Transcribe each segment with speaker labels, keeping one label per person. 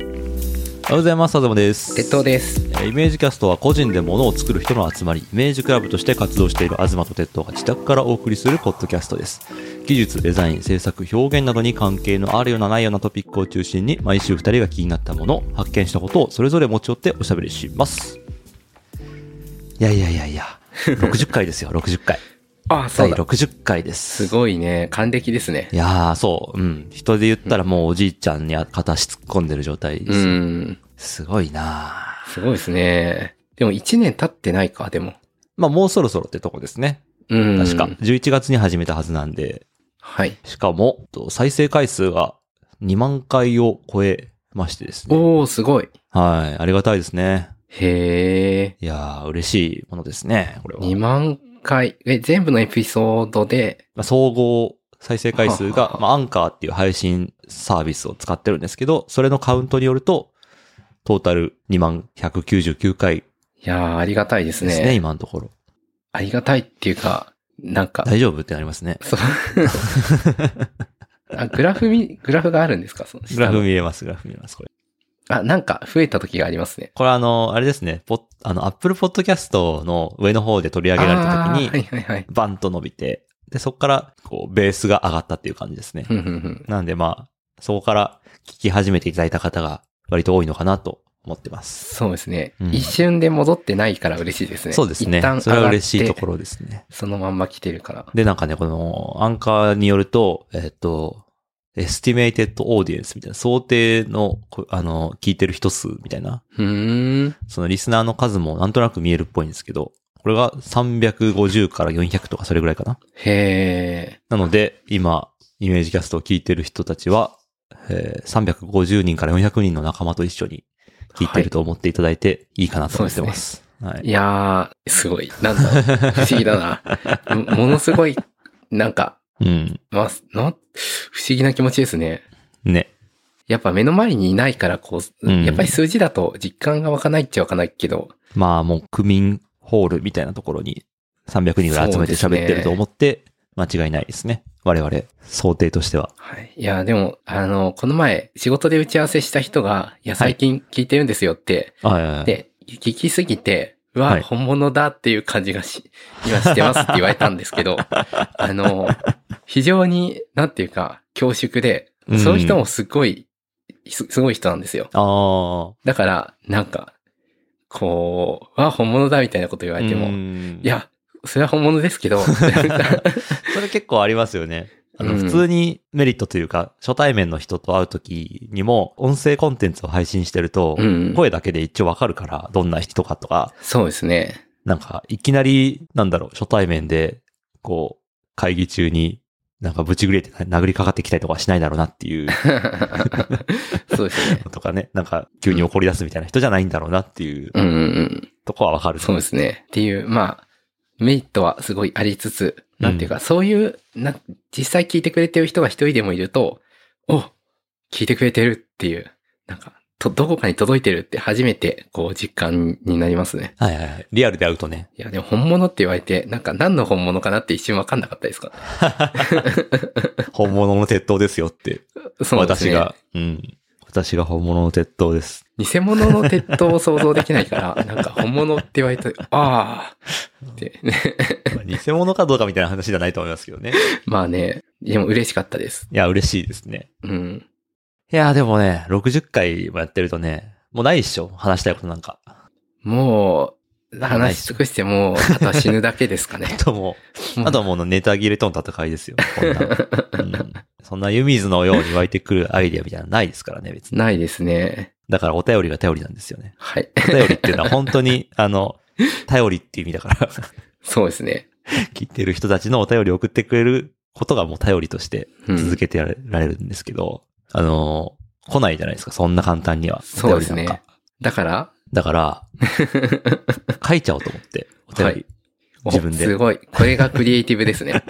Speaker 1: おはようございます。佐藤です。
Speaker 2: 鉄塔です。
Speaker 1: えーイメージキャストは個人で物を作る人の集まり、イメージクラブとして活動している東と鉄塔が自宅からお送りするポッドキャストです。技術、デザイン、制作、表現などに関係のあるようなないようなトピックを中心に、毎週2人が気になったもの、発見したことをそれぞれ持ち寄っておしゃべりします。いやいやいやいや、60回ですよ、60回。
Speaker 2: あ、
Speaker 1: 第。60回です。
Speaker 2: すごいね。還暦ですね。
Speaker 1: いやー、そう、うん。人で言ったらもうおじいちゃんに片足突っ込んでる状態で
Speaker 2: う
Speaker 1: す。
Speaker 2: ん。
Speaker 1: すごいなー
Speaker 2: すごいですね。でも1年経ってないか、でも。
Speaker 1: まあもうそろそろってとこですね。
Speaker 2: うん。
Speaker 1: 確か。11月に始めたはずなんで、
Speaker 2: はい。
Speaker 1: しかも、と再生回数が2万回を超えましてですね。
Speaker 2: おー、すごい。
Speaker 1: はい。ありがたいですね。
Speaker 2: へ
Speaker 1: いやー、嬉しいものですね。これ
Speaker 2: ー。
Speaker 1: は。
Speaker 2: 2万回。え、全部のエピソードで、
Speaker 1: まあ総合再生回数
Speaker 2: はは
Speaker 1: が、
Speaker 2: は
Speaker 1: まあ、アンカーっていう配信サービスを使ってるんですけど、それのカウントによると、トータル2万199回
Speaker 2: いやー、ありがたいです
Speaker 1: で
Speaker 2: ね。
Speaker 1: すね、今のところ。
Speaker 2: ありがたいっていうか、なんか、
Speaker 1: 大丈夫ってなりますね。
Speaker 2: そう。あグラフ見、グラフがあるんですかその下
Speaker 1: グラフ
Speaker 2: の
Speaker 1: 見れます、グラフ見れます、これ。
Speaker 2: あ、なんか増えた時がありますね。
Speaker 1: これあの、あれですね、ポッあの、Apple Podcast の上の方で取り上げられた時に、
Speaker 2: あーはいはいはい。
Speaker 1: バンと伸びて、で、そこから、こう、ベースが上がったっていう感じですね
Speaker 2: ふ。んふんふん
Speaker 1: なんで、まあ、そこから聞き始めていただいた方が割と多いのかなと思ってます。
Speaker 2: そうですね、
Speaker 1: うん
Speaker 2: 一瞬で戻ってないから嬉しいですね。
Speaker 1: そうですね
Speaker 2: 一旦。
Speaker 1: それは嬉しいとこ
Speaker 2: ろ。
Speaker 1: ろですね。
Speaker 2: そのまんま来てるから。
Speaker 1: で、なんかね、この、アンカーによると、えっと、エスティメイテッドオーディエンスみたいな、想定の、こあの、聞いてる人数みたいな、
Speaker 2: うーん。
Speaker 1: そのリスナーの数もなんとなく見えるっぽいんですけど、これが350から400とかそれぐらいかな。
Speaker 2: へ
Speaker 1: なので、今、イメージキャストを聞いてる人たちは、えー350人から400人の仲間と一緒に聞いてると思っていただいていいかなと思ってます。は
Speaker 2: ー。
Speaker 1: い。
Speaker 2: いやー、すごい。なんだろう。不思議だな。 もものすごい、なんか、
Speaker 1: うん。
Speaker 2: まあ、な、不思議な気持ちですね。
Speaker 1: ね。
Speaker 2: やっぱ目の前にいないから、こう、
Speaker 1: うん
Speaker 2: やっぱり数字だと実感が湧かないっちゃ湧かないけど、
Speaker 1: まあ、もう、区民ホールみたいなところに300人ぐらい集めて
Speaker 2: そうで
Speaker 1: 喋
Speaker 2: すね
Speaker 1: ってると思って、間違いないですね。我々、想定としては。
Speaker 2: はい。いや、でも、あの、この前、仕事で打ち合わせした人が、いや、最近聞いてるんですよって、
Speaker 1: はいはいはい。
Speaker 2: で、聞きすぎて、うわ、
Speaker 1: はい
Speaker 2: 本物だっていう感じがし、 今してますって言われたんですけ ど、あの、非常に、なんていうか、恐縮で
Speaker 1: うん、
Speaker 2: そういう人もすごい、すすごい人なんですよ。
Speaker 1: ああ。
Speaker 2: だから、なんか、こう、うわ、本物だみたいなこと言われて
Speaker 1: う
Speaker 2: も、
Speaker 1: ん
Speaker 2: いや、それは本物です けど、
Speaker 1: それ結構ありますよね。あの、
Speaker 2: うん
Speaker 1: 普通にメリットというか、初対面の人と会うときにも、音声コンテンツを配信してると、
Speaker 2: うん
Speaker 1: 声だけで一応わかるから、どんな人かとか、
Speaker 2: そうですね。
Speaker 1: なんか、いきなり、なんだろう、初対面で、こう、会議中に、なんかぶちぐれて殴りかかってきたりとかはしないだろうなって いう
Speaker 2: そうですね。
Speaker 1: のとかね、なんか急に怒り出すみたいな人じゃないんだろうなっていう
Speaker 2: うんうんうん。
Speaker 1: とこはわかる。
Speaker 2: そうですね。っていう、まあ、メリットはすごいありつつ、なんていうか、そういう、な、実際聞いてくれてる人が一人でもいると、お聞いてくれてるっていう、なんか、と、どこかに届いてるって初めて、こう、実感になりますね。
Speaker 1: はいはいはい。リアルで会うとね。
Speaker 2: いや、でも本物って言われて、なんか何の本物かなって一瞬わかんなかったですか
Speaker 1: 本物の鉄塔ですよって。
Speaker 2: そうです
Speaker 1: 私
Speaker 2: ね。
Speaker 1: が。うん。私が本物の鉄塔です。
Speaker 2: 偽物の鉄塔を想像できないから、なんか本物って言われて、ああって、
Speaker 1: まあ偽物かどうかみたいな話じゃないと思いますけ どね。
Speaker 2: まあね、でも嬉しかったです。
Speaker 1: いや、嬉しいですね。
Speaker 2: うん。
Speaker 1: いや、でもね、60回もやってるとね、もうないっしょ話したいことなんか。
Speaker 2: もう、話し尽くしてもう、あとは死ぬだけですかね
Speaker 1: あ。ともう、あとはもうネタ切れとの戦いですよ。こんな、うん、そんな湯水のように湧いてくるアイディアみたいなのないですからね、別に。
Speaker 2: ないですね。
Speaker 1: だからお便りが頼りなんですよね。
Speaker 2: はい。
Speaker 1: お便りっていうのは本当に、 あの、頼りっていう意味だから、
Speaker 2: そうですね。
Speaker 1: 聞いてる人たちのお便りを送ってくれることがもう頼りとして
Speaker 2: うん
Speaker 1: 続けてられられるんですけど、あの、来ないじゃないですか、そんな簡単には。
Speaker 2: そうです
Speaker 1: お便りなん
Speaker 2: ね
Speaker 1: か。
Speaker 2: だから、
Speaker 1: だ から、書いちゃおうと思って、お便り。
Speaker 2: はいお
Speaker 1: 自分です
Speaker 2: ごい。これがクリエイティブです ね。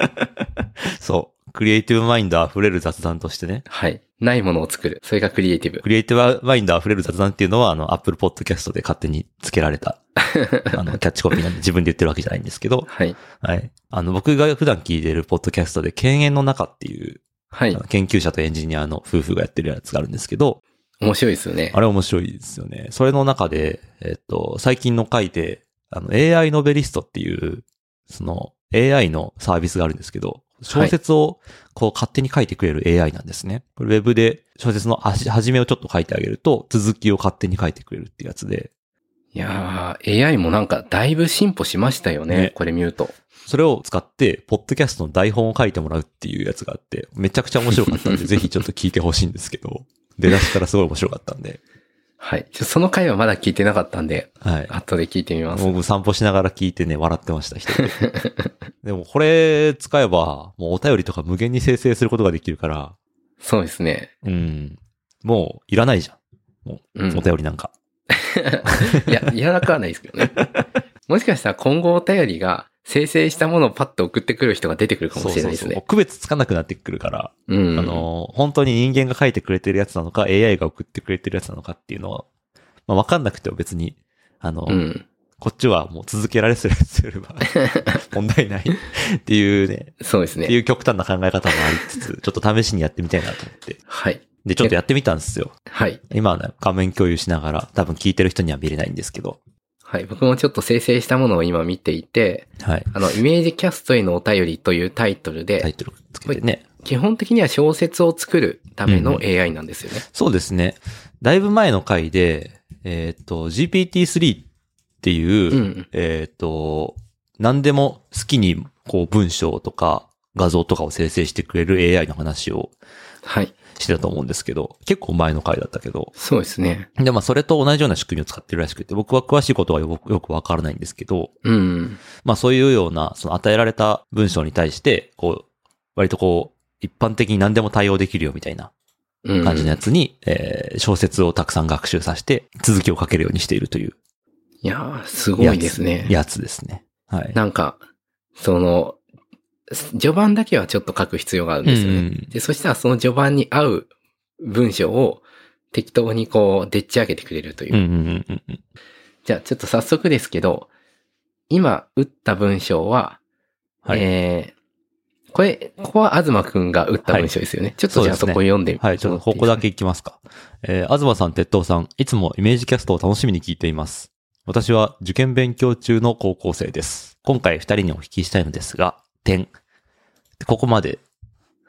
Speaker 1: そう。クリエイティブマインド溢れる雑談としてね。
Speaker 2: はい。ないものを作る。それがクリエイティブ。
Speaker 1: クリエイティブマインド溢れる雑談っていうのは、あの、Apple Podcast で勝手に付けられ た、あの、キャッチコピーなんで自分で言ってるわけじゃないんですけど、
Speaker 2: はい。
Speaker 1: はい。あの、僕が普段聞いてるポッドキャストで、犬猿の中っていう、
Speaker 2: は
Speaker 1: あ
Speaker 2: い
Speaker 1: の。研究者とエンジニアの夫婦がやってるやつがあるんですけど、
Speaker 2: 面白いですよね
Speaker 1: あ。れ面白いですよね。それの中で、えっと、最近の回で、あの、AI ノベリストっていう、その、AI のサービスがあるんですけど、小説をこう勝手に書いてくれる AI なんですね。これウェブで小説の足始めをちょっと書いてあげると、続きを勝手に書いてくれるっていうやつで、
Speaker 2: いやー、AI もなんかだいぶ進歩しましたよね。
Speaker 1: ね
Speaker 2: これ見ると。
Speaker 1: それを使って、ポッドキャストの台本を書いてもらうっていうやつがあって、めちゃくちゃ面白かったんで、ぜひちょっと聞いてほしいんですけど、出だしからすごい面白かったんで、
Speaker 2: はい。ちょその回はまだ聞いてなかったんで、
Speaker 1: はい。
Speaker 2: 後で聞いてみます。
Speaker 1: 僕散歩しながら聞いてね、笑ってました、一人で。 でもこれ使えば、もうお便りとか無限に生成することができるから、
Speaker 2: そうですね。
Speaker 1: うん。もういらないじゃん。もう、
Speaker 2: うん
Speaker 1: お便りなんか。
Speaker 2: いや、やらかはないですけ どね。もしかしたら今後お便りが生成したものをパッと送ってくる人が出てくるかもしれないです
Speaker 1: もう
Speaker 2: ね。
Speaker 1: 区別つかなくなってくるから、
Speaker 2: うん。
Speaker 1: あの、本当に人間が書いてくれてるやつなのか、AI が送ってくれてるやつなのかっていうのは、まあわかんなくても別に、あの、
Speaker 2: うん。
Speaker 1: こっちはもう続けられするやつより は、問題ないっていうね、
Speaker 2: そうです
Speaker 1: ってい
Speaker 2: ね。
Speaker 1: う極端な考え方もありつつ、ちょっと試しにやってみたいなと思って。
Speaker 2: はい。
Speaker 1: で、ちょっとやってみたんですよ。
Speaker 2: はい。
Speaker 1: 今はね、画面共有しながら、多分聞いてる人には見れないんですけど。
Speaker 2: はい。僕もちょっと生成したものを今見ていて、
Speaker 1: はい。
Speaker 2: あの、イメージキャストへのお便りというタイトル
Speaker 1: タイ
Speaker 2: で、
Speaker 1: トルつけてね。
Speaker 2: 基本的には小説を作るため
Speaker 1: う
Speaker 2: の
Speaker 1: ん
Speaker 2: AI なんですよね。
Speaker 1: そうですね。だいぶ前の回で、えーっと、GPT-3 っていう、
Speaker 2: うん。
Speaker 1: えーっと、何でも好きに、こう、文章とか画像とかを生成してくれる AI の話を
Speaker 2: はい。
Speaker 1: してたと思うんですけど、結構前の回だったけど、
Speaker 2: そうですね。
Speaker 1: で、まあ、それと同じような仕組みを使ってるらしくて、僕は詳しいことはよくよくわからないんですけど、
Speaker 2: うん。
Speaker 1: まあそういうような、その与えられた文章に対して、こう、割とこう、一般的に何でも対応できるよみたいな
Speaker 2: うん。
Speaker 1: 感じのやつに、えー小説をたくさん学習させて、続きを書けるようにしているという
Speaker 2: いやー、す
Speaker 1: やつ。
Speaker 2: ごいですね。
Speaker 1: やつですね。はい。
Speaker 2: なんか、その、序盤だけはちょっと書く必要があるんですよね。
Speaker 1: うんうん
Speaker 2: で、そしたらその序盤に合う文章を適当にこう、でっち上げてくれるという。
Speaker 1: うんうんうんうんうん。
Speaker 2: じゃあ、ちょっと早速ですけど、今打った文章は、
Speaker 1: はい。
Speaker 2: えー、これ、ここは東くんが打った文章ですよね。ちょっとじゃあ
Speaker 1: そ
Speaker 2: そ
Speaker 1: ですね
Speaker 2: うこ読んでみ
Speaker 1: はい、ちょっとここだ。けいきますか。えー、東さん、鉄道さん、いつもイメージキャストを楽しみに聞いています。私は受験勉強中の高校生です。今回二人にお聞きしたいのですが、点。ここまで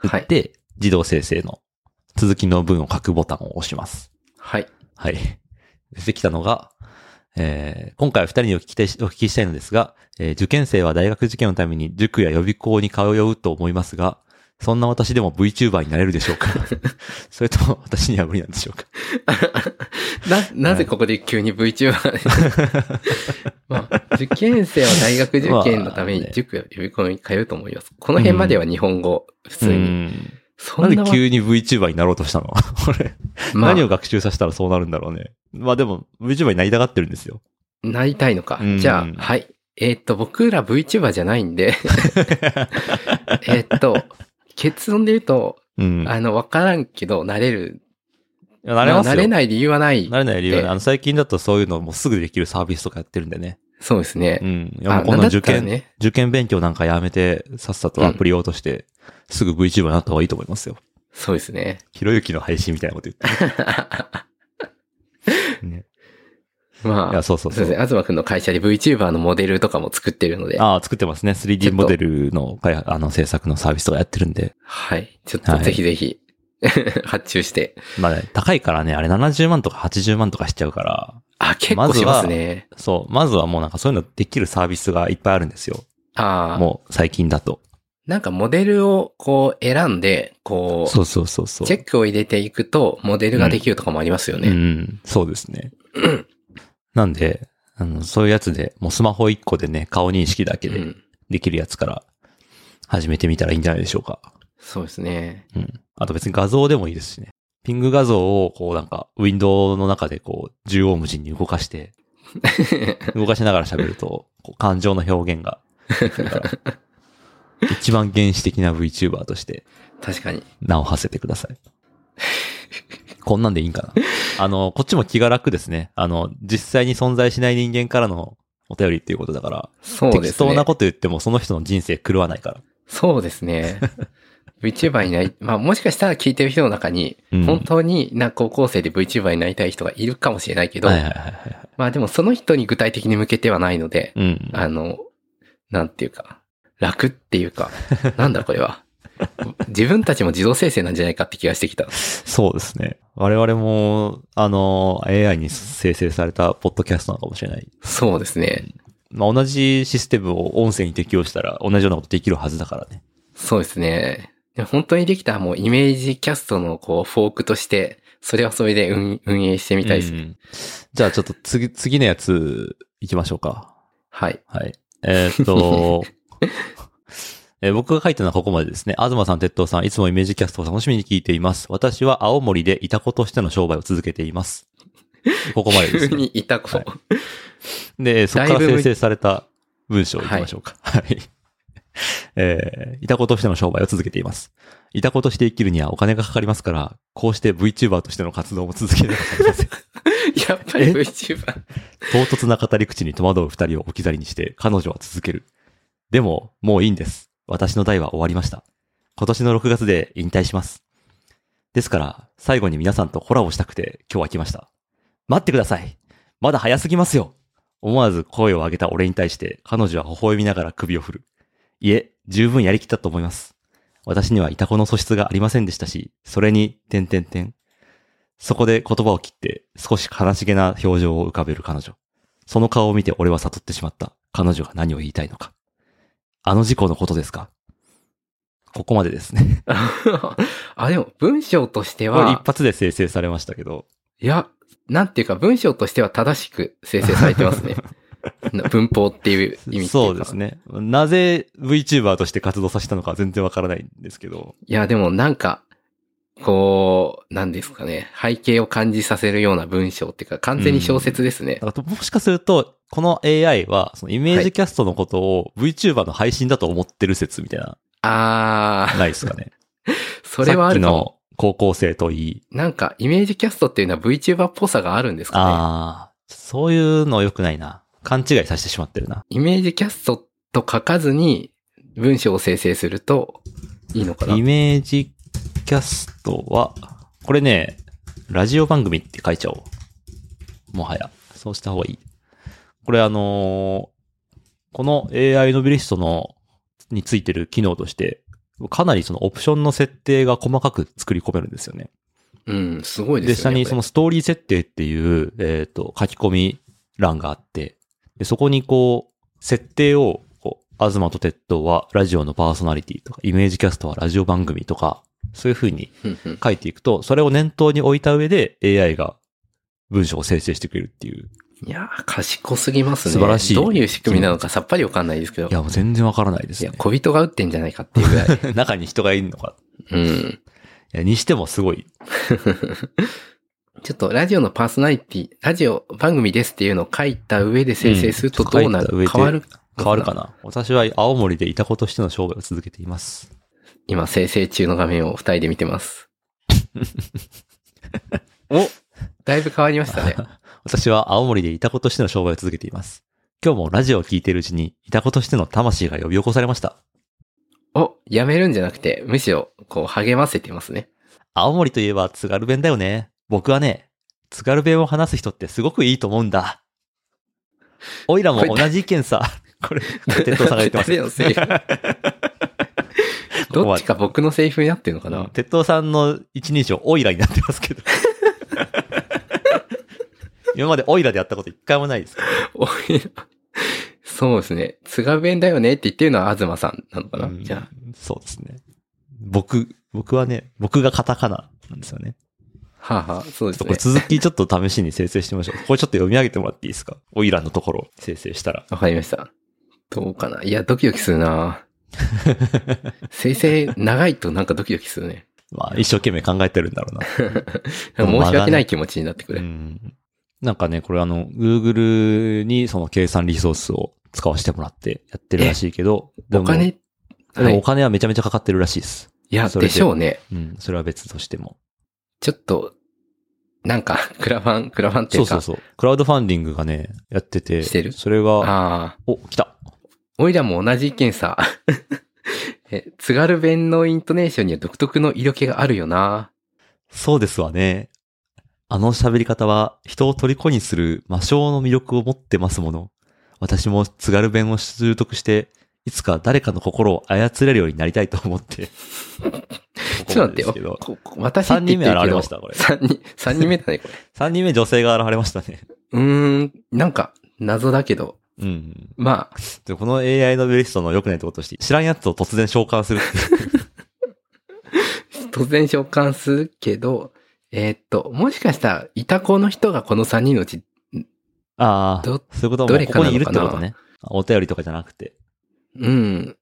Speaker 2: は
Speaker 1: 打っ
Speaker 2: い。
Speaker 1: て、自動生成の続きの文を書くボタンを押します。
Speaker 2: はい。
Speaker 1: はい。 出てきたのが、えー今回は二人にお聞きてお聞きしたいのですが、えー受験生は大学受験のために塾や予備校に通うと思いますが、そんな私でも VTuber になれるでしょうか それとも私には無理なんでしょうか
Speaker 2: な、なぜここで急に VTuber にまあ、受験生は大学受験のため
Speaker 1: まあ
Speaker 2: に
Speaker 1: ね
Speaker 2: 塾や予備校に通うと思います。この辺までは日本語、普通
Speaker 1: う
Speaker 2: に。
Speaker 1: ん
Speaker 2: そ
Speaker 1: なんん
Speaker 2: な
Speaker 1: で
Speaker 2: わ
Speaker 1: 急に VTuber になろうとしたの これ、
Speaker 2: まあ
Speaker 1: 何を学習させたらそうなるんだろうね。まあでも、VTuber になりたがってるんですよ。
Speaker 2: なりたいのか
Speaker 1: うん。
Speaker 2: じゃあ、はい。えーっと、僕ら VTuber じゃない んで、えーっと、結論で言うと、
Speaker 1: うん。
Speaker 2: あの、わからんけど、なれる。
Speaker 1: いやなれますよ。
Speaker 2: あなれない理由はない
Speaker 1: 慣。れない理由はね、
Speaker 2: で
Speaker 1: あの最近だとそういうのもうすぐできるサービスとかやってるんでね。
Speaker 2: そうですね
Speaker 1: う。ん。いやも
Speaker 2: あ
Speaker 1: うこんな
Speaker 2: なん
Speaker 1: 受
Speaker 2: だったら
Speaker 1: 験、
Speaker 2: ね。
Speaker 1: 受験勉強なんかやめて、さっさとアプリを落として、すぐ VTuber になった方がいいと思いますよ。
Speaker 2: そうですね。
Speaker 1: ひろゆきの配信みたいなこと言って。 ね、
Speaker 2: ま
Speaker 1: い
Speaker 2: あ
Speaker 1: や、、そうそ
Speaker 2: そ
Speaker 1: う
Speaker 2: うで
Speaker 1: そう。
Speaker 2: すね。東くんの会社で VTuber のモデルとかも作ってるので、
Speaker 1: ああ、作ってますね。
Speaker 2: ちょ
Speaker 1: 3D
Speaker 2: っと
Speaker 1: モデルの開発あの制作のサービスとかやってるんで。
Speaker 2: はい。ちょっ
Speaker 1: は
Speaker 2: と
Speaker 1: い
Speaker 2: ぜひぜひ、 発注して。
Speaker 1: まあ、ね、高いからね、あれ70万とか80万とかしちゃうから、
Speaker 2: あ、結
Speaker 1: ま
Speaker 2: 構
Speaker 1: ず
Speaker 2: し
Speaker 1: は
Speaker 2: ますね。
Speaker 1: そう、まずはもうなんかそういうのできるサービスがいっぱいあるんですよ。
Speaker 2: ああ。
Speaker 1: もう最近だと。
Speaker 2: なんかモデルをこう選んで、こ
Speaker 1: そうそうそうそう
Speaker 2: う、。チェックを入れていくと、モデルができるとかもありますよ
Speaker 1: う
Speaker 2: ね。
Speaker 1: ん、そうですね。なんで、あの、そういうやつで、もうスマホ1個でね、顔認識だけ
Speaker 2: う
Speaker 1: で
Speaker 2: ん。
Speaker 1: できるやつから始めてみたらいいんじゃないでしょうか。
Speaker 2: そうですね。
Speaker 1: うん。あと別に画像でもいいですしね。ピング画像を、こうなんか、ウィンドウの中でこう、縦横無尽に動かして、動かしながら喋ると、こう感情の表現ができるから、一番原始的な VTuber として
Speaker 2: 確かに。
Speaker 1: 名を馳せてください。 こんなんでいいんかな。あの、こっちも気が楽ですね。あの、実際に存在しない人間からのお便りっていうことだから、
Speaker 2: そうですね。
Speaker 1: 適当なこと言ってもその人の人生狂わないから。
Speaker 2: そうですね。 VTuber になり、まあもしかしたら聞いてる人の中に、
Speaker 1: うん
Speaker 2: 本当にな高校生で VTuber になりたい人がいるかもしれないけど、
Speaker 1: はいはいはいはい。
Speaker 2: まあでもその人に具体的に向けてはないので、
Speaker 1: うん。
Speaker 2: あの、なんていうか、楽っていうか、なんだこ れは。自分たちも自動生成なんじゃないかって気がしてきた。
Speaker 1: そうですね。我々も、あの、AI に生成されたポッドキャストなのかもしれない。
Speaker 2: そうですね。
Speaker 1: まあ、同じシステムを音声に適用したら同じようなことできるはずだからね。
Speaker 2: そうですね。で本当にできたらもうイメージキャストのこうフォークとして、それはそれで運運営してみたいです。
Speaker 1: うんじゃあちょっと次、次のやつ行きましょうか。
Speaker 2: はい。
Speaker 1: はい。えーっ と、えー僕が書いたのはここまでですね。東さん、鉄道さん、いつもイメージキャストを楽しみに聞いています。私は青森でいた子としての商売を続けています。ここまでです、
Speaker 2: 急に
Speaker 1: ね。
Speaker 2: いた子。
Speaker 1: はいで、そこから
Speaker 2: だいぶ
Speaker 1: 生成された文章をいきましょうか。はい。えーいた子としての商売を続けています。いた子として生きるにはお金がかかりますから、こうして VTuber としての活動も続けなければなりません。
Speaker 2: やっぱり
Speaker 1: え
Speaker 2: VTuber。
Speaker 1: 唐突な語り口に戸惑う二人を置き去りにして彼女は続ける。でも、もういいんです。私の代は終わりました。今年の6月で引退します。ですから、最後に皆さんとコラボしたくて今日は来ました。待ってくださいまだ早すぎますよ思わず声を上げた俺に対して彼女は微笑みながら首を振る。いえ、十分やりきったと思います。私にはいたこの素質がありませんでしたし、それに、点々点。そこで言葉を切って少し悲しげな表情を浮かべる彼女。その顔を見て俺は悟ってしまった。彼女が何を言いたいのか。あの事故のことですかここまでですね。
Speaker 2: あ、でも文章として
Speaker 1: これ一
Speaker 2: は、
Speaker 1: 発で生成されましたけど。
Speaker 2: いや、なんていうか文章としては正しく生成されてます ね。文法っていう意味っていか
Speaker 1: そうです。ね。なぜ VTuber として活動させたのか全然わからないんですけど。
Speaker 2: いや、でもなんか、こう、なんですかね。背景を感じさせるような文章っていうか、完全に小説ですね。
Speaker 1: だからもしかすると、この AI は、そのイメージキャストのことを VTuber の配信だと思ってる説みたいな、
Speaker 2: あー、
Speaker 1: ないですかね。
Speaker 2: それはある
Speaker 1: さっ
Speaker 2: か
Speaker 1: き
Speaker 2: も。
Speaker 1: の高校生といい。
Speaker 2: なんか、イメージキャストっていうのは VTuber っぽさがあるんですかね。
Speaker 1: ああ、そういうの良くないな。勘違いさせてしまってるな。
Speaker 2: イメージキャストと書かずに文章を生成するといいのかな
Speaker 1: イ。メージキャストは、これね、ラジオ番組って書いちゃおう。もはや。そうした方がいい。これあのーこの AI ノベリストの、についてる機能として、かなりそのオプションの設定が細かく作り込めるんですよね。
Speaker 2: うん、すごい
Speaker 1: で、
Speaker 2: です
Speaker 1: 下
Speaker 2: よね。
Speaker 1: にそのストーリー設定っていう、えっ、と、書き込み欄があって、でそこにこう、設定を、こう、東と鉄道はラジオのパーソナリティとか、イメージキャストはラジオ番組とか、そういう風に
Speaker 2: これうんうん
Speaker 1: 書いていくと、それを念頭に置いた上で AI が文章を生成してくれるっていう。
Speaker 2: いやー、賢すぎますね。
Speaker 1: 素晴らしい
Speaker 2: どういう仕組みなのかさっぱりわかんないですけど。
Speaker 1: いや、もう全然わからないです
Speaker 2: いや、
Speaker 1: ね。
Speaker 2: 小人が打ってんじゃないかっていうぐら い。
Speaker 1: 中に人がいるのか。
Speaker 2: うん。
Speaker 1: いや、にしてもすごい。
Speaker 2: ちょっとラジオのパーソナリティ、ラジオ番組ですっていうのを書いた上で生成するとどうなる、
Speaker 1: うんちょっと
Speaker 2: 変
Speaker 1: 書いた上
Speaker 2: わる
Speaker 1: で変わるかな。私は青森でいたことしての商売を続けています。
Speaker 2: 今生成中の画面を二人で見て ます。おだいぶ変わりました ね。
Speaker 1: 私は青森でいたことしての商売を続けています。今日もラジオを聞いているうちに、いたことしての魂が呼び起こされました。
Speaker 2: おやめるんじゃなくて、むしろ、こう、励ませてますね。
Speaker 1: 青森といえば津軽弁だよね。僕はね、津軽弁を話す人ってすごくいいと思うんだ。おいらも同じ意見さ。これ、鉄道さんが言ってます。
Speaker 2: 誰のセリフ どっちか僕のセリフになってるのか
Speaker 1: か
Speaker 2: な、
Speaker 1: な。鉄道さんの一人称、オイラになってますけ ど。今までオイラでやったこと一回もないですから
Speaker 2: おい そうですね。津軽弁だよねって言ってるのは東さんなのかな、
Speaker 1: うん
Speaker 2: じゃ
Speaker 1: そうですね。僕、僕はね、僕がカタカナなんですよね。
Speaker 2: あ。はあ、はあ、そうで
Speaker 1: ち
Speaker 2: す
Speaker 1: ょっとこれ
Speaker 2: ね。
Speaker 1: 続きちょっと試しに生成してみましょう。これちょっと読み上げてもらっていいですかオイラのところ生成したら。
Speaker 2: わかりました。どうかな。いや、ドキドキす るな生成長いとなんかドキドキするね。
Speaker 1: まあ、一生懸命考えてるんだろうな。
Speaker 2: なんか申し訳ない気持ちになってく
Speaker 1: う
Speaker 2: れ。
Speaker 1: ん。なんかね、これあの、Google にその計算リソースを使わせてもらってやってるらしいけど、で
Speaker 2: お
Speaker 1: も
Speaker 2: 金
Speaker 1: で
Speaker 2: は
Speaker 1: も
Speaker 2: い
Speaker 1: お金はめちゃめちゃかかってるらしいです。
Speaker 2: いや、
Speaker 1: それ
Speaker 2: で
Speaker 1: で
Speaker 2: しょうね。
Speaker 1: うん、それは別としても。
Speaker 2: ちょっと、なんか、 クラファン、クラファンって
Speaker 1: そう
Speaker 2: い
Speaker 1: う
Speaker 2: か、
Speaker 1: そうそう。クラウドファンディングがね、やってて、
Speaker 2: してる
Speaker 1: それが、
Speaker 2: ああ、
Speaker 1: お、来た。
Speaker 2: おいらも同じ意見さ。 え、津軽弁のイントネーションには独特の色気があるよな。
Speaker 1: そうですわね。あの喋り方は人を虜にする魔性の魅力を持ってますもの。私も津軽弁を習得して、いつか誰かの心を操れるようになりたいと思 って。
Speaker 2: ちょっと待っ
Speaker 1: ここまでで
Speaker 2: て
Speaker 1: すけど
Speaker 2: よ。ここ私って言ってる
Speaker 1: 三人目現
Speaker 2: けど。
Speaker 1: れま したこれ
Speaker 2: 三人、三人目だね、これ。
Speaker 1: 3人目女性が現れましたね。
Speaker 2: うーん、なんか、謎だけど、
Speaker 1: うん。
Speaker 2: まあ、
Speaker 1: でこの AI ノベリストの良くないってことをして、知らんやつを突然召喚する っていう。
Speaker 2: 突然召喚するけど、えーっと、もしかしたら、いたこの人がこの三人のうち、
Speaker 1: ああ、そういうことはも
Speaker 2: どど
Speaker 1: う
Speaker 2: れ
Speaker 1: こ
Speaker 2: か
Speaker 1: こ
Speaker 2: なのかな
Speaker 1: にいるってことね。お便りとかじゃなくて。
Speaker 2: うん、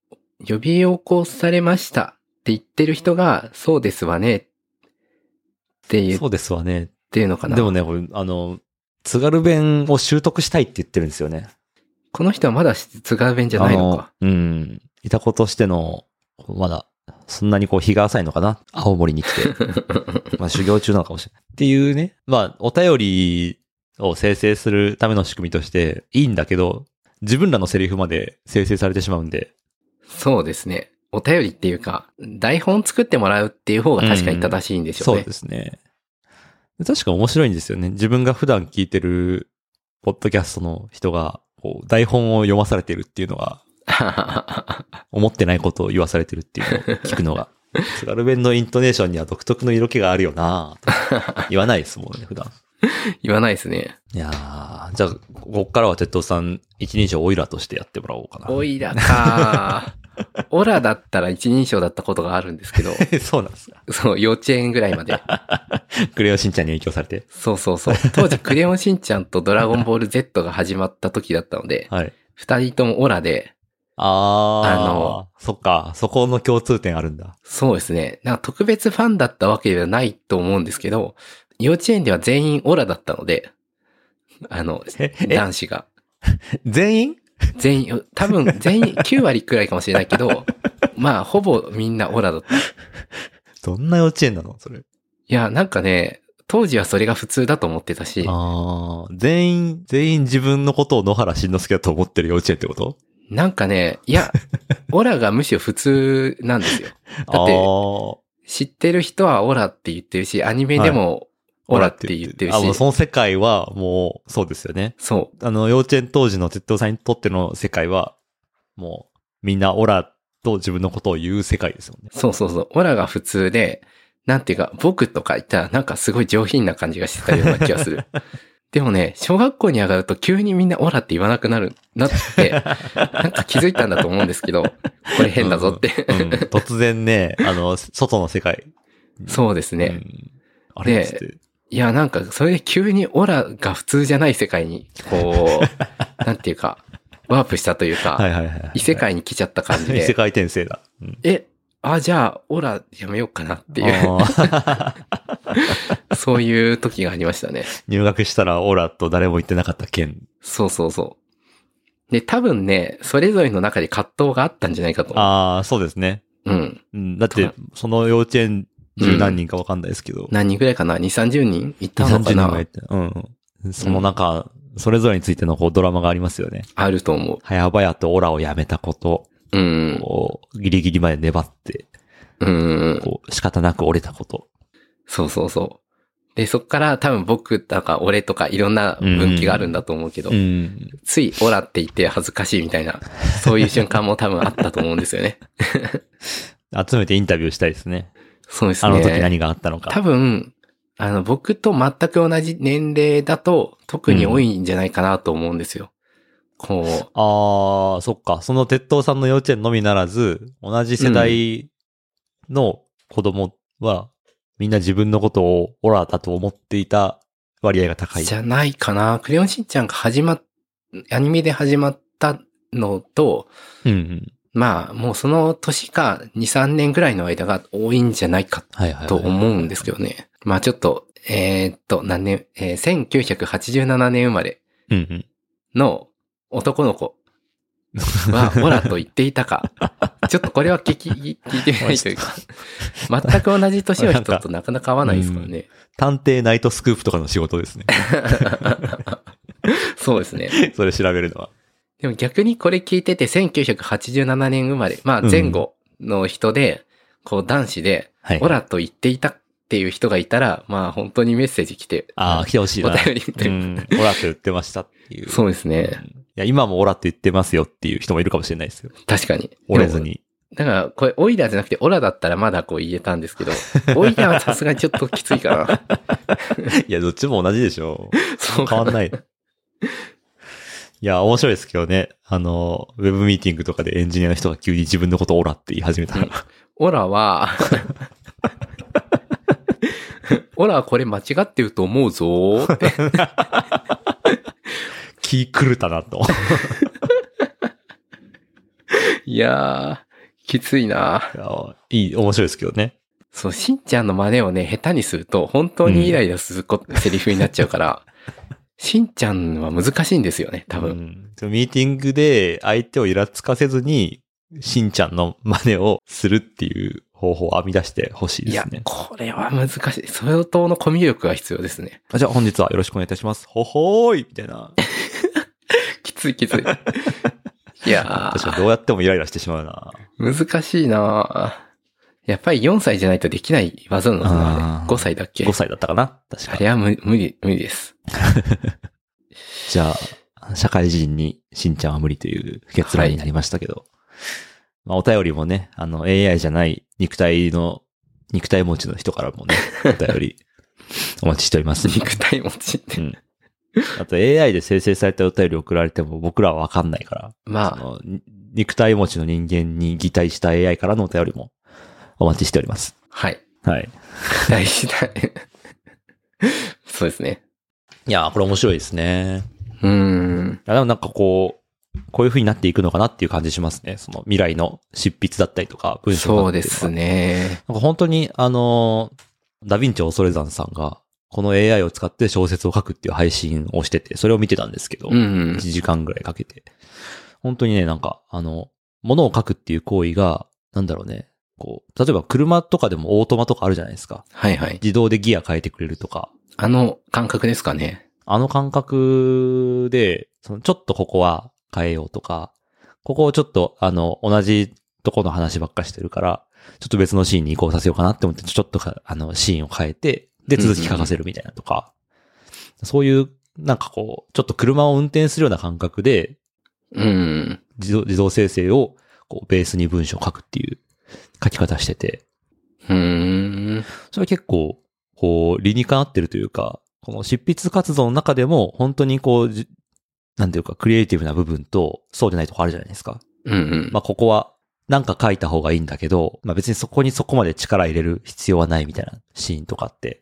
Speaker 2: 呼び起こされましたって言ってる人が、そうですわね、って言っ
Speaker 1: そうですわね。
Speaker 2: てるのかな。
Speaker 1: でもね、これ、あの、津軽弁を習得したいって言ってるんですよね。
Speaker 2: この人はまだ津軽弁じゃないのか。
Speaker 1: あのうん。いたことしての、まだ、そんなにこう日が浅いのかな青森に来 て。まあ修行中なのかもしれない。っていうね。まあ、お便りを生成するための仕組みとしていいんだけど、自分らのセリフまで生成されてしまうんで。
Speaker 2: そうですね。お便りっていうか、台本作ってもらうっていう方が確かに正しいんでしょう
Speaker 1: そう
Speaker 2: ね。
Speaker 1: ですね。確か面白いんですよね。自分が普段聞いてる、ポッドキャストの人が、こう、台本を読まされてるっていうのが、思ってないことを言わされてるっていうのを聞くの が。津軽弁のイントネーションには独特の色気があるよなぁと言わないですもんね、普段。
Speaker 2: 言わないですね。
Speaker 1: いやーじゃあ、こっからは鉄道さん、一人称オイラとしてやって もらおうかな。
Speaker 2: オイラか。 オラだったら一人称だったことがあるんですけ ど、
Speaker 1: そうなんですか。
Speaker 2: そう、幼稚園ぐらいまで。
Speaker 1: クレヨンしんちゃんに影響されて。
Speaker 2: そうそうそう。当時、クレヨンしんちゃんとドラゴンボール Z が始まった時だったので、
Speaker 1: はい。
Speaker 2: 二人ともオラで、
Speaker 1: あー。
Speaker 2: あの
Speaker 1: そっか、そこの共通点あるんだ。
Speaker 2: そうですね。なんか特別ファンだったわけではないと思うんですけど、幼稚園では全員オラだったので、あの、
Speaker 1: え、え、
Speaker 2: 男子が。
Speaker 1: 全員
Speaker 2: 全員、多分全員9割くらいかもしれないけど、 まあほぼみんなオラだった。い
Speaker 1: どんな幼稚園なのそれ。
Speaker 2: や、なんかね、当時はそれが普通だと思ってたし、
Speaker 1: あー。全員、全員自分のことを野原しんのすけだと思ってる幼稚園ってこと
Speaker 2: なんかね、い や、オラがむしろ普通なんですよ。
Speaker 1: あー。
Speaker 2: 知ってる人はオラって言ってるし、アニメでもオラって言ってるし、
Speaker 1: あ、もうその世界はもう、そうですよね。
Speaker 2: そ
Speaker 1: あの、幼稚園当時の鉄道さんにとっての世界は、もう、みんなオラと自分のことを言う世界ですよね。
Speaker 2: う、そうそうそう、オラが普通で、なんていうか、僕とか言ったらなんかすごい上品な感じがしてたような気が する。でもね、小学校に上がると急にみんなオラって言わなくなる、なって、なんか気づいたんだと思うんですけど、これ変だぞって。
Speaker 1: うん、突然ね、あの、外の世界。
Speaker 2: そうですね。
Speaker 1: うんあれ
Speaker 2: で
Speaker 1: つって。
Speaker 2: いや、なんか、それで急にオラが普通じゃない世界に、こ う、なんていうか、ワープしたというか、
Speaker 1: はいはいはいはい。
Speaker 2: 異世界に来ちゃった感じ
Speaker 1: 異世
Speaker 2: で、
Speaker 1: 界転生だ。うん
Speaker 2: え、あ、じゃあ、オラやめようかなっていう、
Speaker 1: あー
Speaker 2: そういう時がありましたね。
Speaker 1: 入学したらオラと誰も言ってなかった件。
Speaker 2: そうそうそう。で、多分ね、それぞれの中で葛藤があったんじゃないかと。
Speaker 1: ああ、そうですね。
Speaker 2: うん。
Speaker 1: うん、だって
Speaker 2: と、
Speaker 1: その幼稚園十何
Speaker 2: 人、
Speaker 1: 人かわかんないですけど、
Speaker 2: 何人ぐらいかな ?2、30人いたの
Speaker 1: 30
Speaker 2: か
Speaker 1: 人が
Speaker 2: ない
Speaker 1: て、うんうん。その中、それぞれについてのこうドラマがありますよね。
Speaker 2: あると思
Speaker 1: 早々とオラをやめたこと、
Speaker 2: う。うん。
Speaker 1: こうギリギリまで粘って、
Speaker 2: うん。
Speaker 1: こう仕方なく折れたこと。
Speaker 2: そうそうそう。で、そっから多分僕とか俺とかいろんな分岐があるんだと思うけど、
Speaker 1: うん。
Speaker 2: ついオラって言って恥ずかしいみたいな、そういう瞬間も多分あったと思うんですよね。
Speaker 1: 集めてインタビューしたいですね。
Speaker 2: そうです
Speaker 1: あ
Speaker 2: ね。
Speaker 1: の時何があったの
Speaker 2: 多
Speaker 1: か。
Speaker 2: 分、あの、僕と全く同じ年齢だと特に多いんじゃないかなと思うんですよ。こ
Speaker 1: ああ、そっか。その鉄塔さんの幼稚園のみならず、同じ世代の子供は、みんな自分のことをオラだと思っていた割合が
Speaker 2: う、
Speaker 1: 高い。
Speaker 2: じゃないかな。クレヨンしんちゃんが始まっ、アニメで始まったのと、
Speaker 1: うんうん。
Speaker 2: まあ、もうその年か2、3年ぐらいの間が多いんじゃないか
Speaker 1: はいはい、はい。
Speaker 2: と思うんですけどね。まあちょっと、えーっと、何年、えー1987年生まれ
Speaker 1: うんうん。
Speaker 2: の男の子は、オラと言っていたか。ちょっとこれは聞き、聞いてみないというか、全く同じ年の人となかなか合わないですからね。
Speaker 1: 探偵ナイトスクープとかの仕事です ね。
Speaker 2: そうですね。
Speaker 1: それ調べるのは。
Speaker 2: でも逆にこれ聞いてて、1987年生まれ、まあ前後の人で、こう男子で、
Speaker 1: はい。
Speaker 2: オラと言っていたっていう人がいたら、まあ本当にメッセージ来て、
Speaker 1: ああ、来てほしい
Speaker 2: お
Speaker 1: な。
Speaker 2: 便りと
Speaker 1: う。
Speaker 2: いうん
Speaker 1: オラって言ってましたっていう。
Speaker 2: そうです
Speaker 1: うんい
Speaker 2: ね。
Speaker 1: や、今もオラって言ってますよっていう人もいるかもしれないですよ。
Speaker 2: 確かに。
Speaker 1: 折れずに。
Speaker 2: だから、これ、オイラじゃなくて、オラだったらまだこう言えた んですけど、オイラはさすがにちょっときついかな。
Speaker 1: いや、どっちも同じでしょう。
Speaker 2: そう
Speaker 1: 変わん
Speaker 2: い。
Speaker 1: ない。いや、面白いですけどね。あの、ウェブミーティングとかでエンジニアの人が急に自分のことオラって言い始めたら、
Speaker 2: オラは、オラはこれ間違ってると思うぞーって。
Speaker 1: 気狂ったなと。
Speaker 2: いやー、きついない
Speaker 1: やいい、面白いですけどね。
Speaker 2: そう、しんちゃんの真似をね、下手にすると、本当にイライラするこ、セリフになっちゃ うから、しんちゃんは難しいんですよね、多分。
Speaker 1: うんそのミーティングで相手をイラつかせずに、しんちゃんの真似をするっていう方法を編み出してほしい
Speaker 2: い
Speaker 1: で
Speaker 2: や
Speaker 1: すね、。
Speaker 2: これは難しい。相当のコミュ力が必要ですね。
Speaker 1: あじゃあ本日はよろしくお願いいたします。ほほーいみたい な。
Speaker 2: きつい きつい。いや
Speaker 1: 確かに
Speaker 2: ー、
Speaker 1: どうやってもイライラしてしまうな。
Speaker 2: 難しいなやっぱり4歳じゃないとできない技なのかな
Speaker 1: あ
Speaker 2: あ
Speaker 1: ー
Speaker 2: れ ?5 歳だっけ
Speaker 1: 5歳だったかな確
Speaker 2: あ
Speaker 1: か
Speaker 2: れは無無理、無理です。
Speaker 1: じゃあ、社会人にしんちゃんは無理という結論になりましたけど。まあ、お便りもね、あの、AI じゃない肉体の、肉体持ちの人からもね、 お便りお待ちしております。
Speaker 2: 肉体持ちって。
Speaker 1: うん。あと AI で生成されたお便り送られても僕らはわかんないから、あ
Speaker 2: まあ、
Speaker 1: の、に肉体持ちの人間に擬態した AI からのお便りもお待ちしております。
Speaker 2: はい。
Speaker 1: はい。
Speaker 2: 大事だ。 そうですね。
Speaker 1: いやー、これ面白いですね。
Speaker 2: うーん。
Speaker 1: いやでもなんかこう、こういう風になっていくのかなっていう感じしますね。その未来の執筆だったりとか、文章
Speaker 2: そう
Speaker 1: だった
Speaker 2: で
Speaker 1: りとか。
Speaker 2: す。ね。
Speaker 1: なんか本当に、あの、ダヴィンチョ・オソレザンさんが、この AI を使って小説を書くっていう配信をしてて、それを見てたんですけど、
Speaker 2: うん
Speaker 1: 1。時間ぐらいかけて。本当にね、なんか、あの、物を書くっていう行為が、なんだろうね、こう、例えば車とかでもオートマとかあるじゃないですか。
Speaker 2: はいはい。
Speaker 1: 自動でギア変えてくれるとか、
Speaker 2: あの感覚ですかね。
Speaker 1: あの感覚で、そのちょっとここは変えようとか、ここをちょっとあの、同じとこの話ばっかしてるから、ちょっと別のシーンに移行させようかなって思って、ちょっとかあの、シーンを変えて、で、続き書かせるみたいなとか、そういう、なんかこう、ちょっと車を運転するような感覚で、
Speaker 2: うん。
Speaker 1: 自動、自動生成を、こう、ベースに文章を書くっていう書き方してて、
Speaker 2: うーん。
Speaker 1: それは結構、こう、理にかなってるというか、この執筆活動の中でも、本当にこう、じなんていうか、クリエイティブな部分と、そうでないとこあるじゃないですか。
Speaker 2: うんうん。
Speaker 1: まあ、ここは、なんか書いた方がいいんだけど、まあ別にそこにそこまで力入れる必要はないみたいなシーンとかって、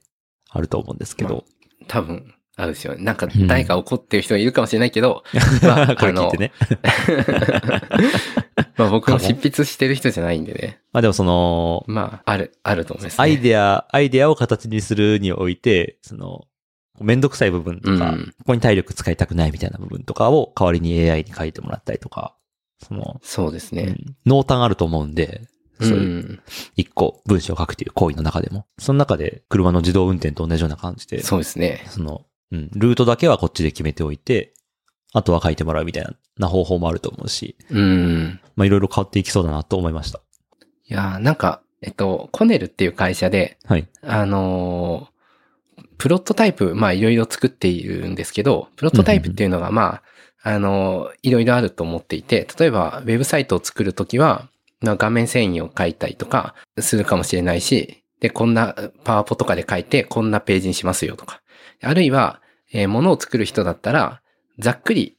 Speaker 1: あると思うんですけど。
Speaker 2: 多分、あるですよね。なんか
Speaker 1: うん、
Speaker 2: 誰か怒ってる人がいるかもしれないけど、 まあ
Speaker 1: これ聞いてね。
Speaker 2: まあ僕も執筆してる人じゃないんでね。
Speaker 1: まあでもその、
Speaker 2: まあ、ある、あると思います、ね。
Speaker 1: アイデア、アイデアを形にするにおいて、その、めんどくさい部分とか、
Speaker 2: うん
Speaker 1: ここに体力使いたくないみたいな部分とかを代わりに AI に書いてもらったりとか、その、
Speaker 2: そうですね。
Speaker 1: うん濃淡あると思うんで、
Speaker 2: う
Speaker 1: そ
Speaker 2: ん。
Speaker 1: ういう一個文章を書くという行為の中でも、その中で車の自動運転と同じような感じで、
Speaker 2: そうですね。
Speaker 1: その、うん、ルートだけはこっちで決めておいて、あとは書いてもらうみたいな方法もあると思うし、
Speaker 2: うん。
Speaker 1: まあいろいろ変わっていきそうだなと思いました。
Speaker 2: いやーなんか、えっと、コネルっていう会社で、
Speaker 1: はい。
Speaker 2: あのープロトタイプ、まあいろいろ作っているんですけど、プロトタイプっていうのがまあ、あのーいろいろあると思っていて、例えばウェブサイトを作るときは、まあ画面遷移を書いたりとかするかもしれないし、で、こんなパワポとかで書いて、こんなページにしますよとか。あるいは、えー物を作る人だったら、ざっくり、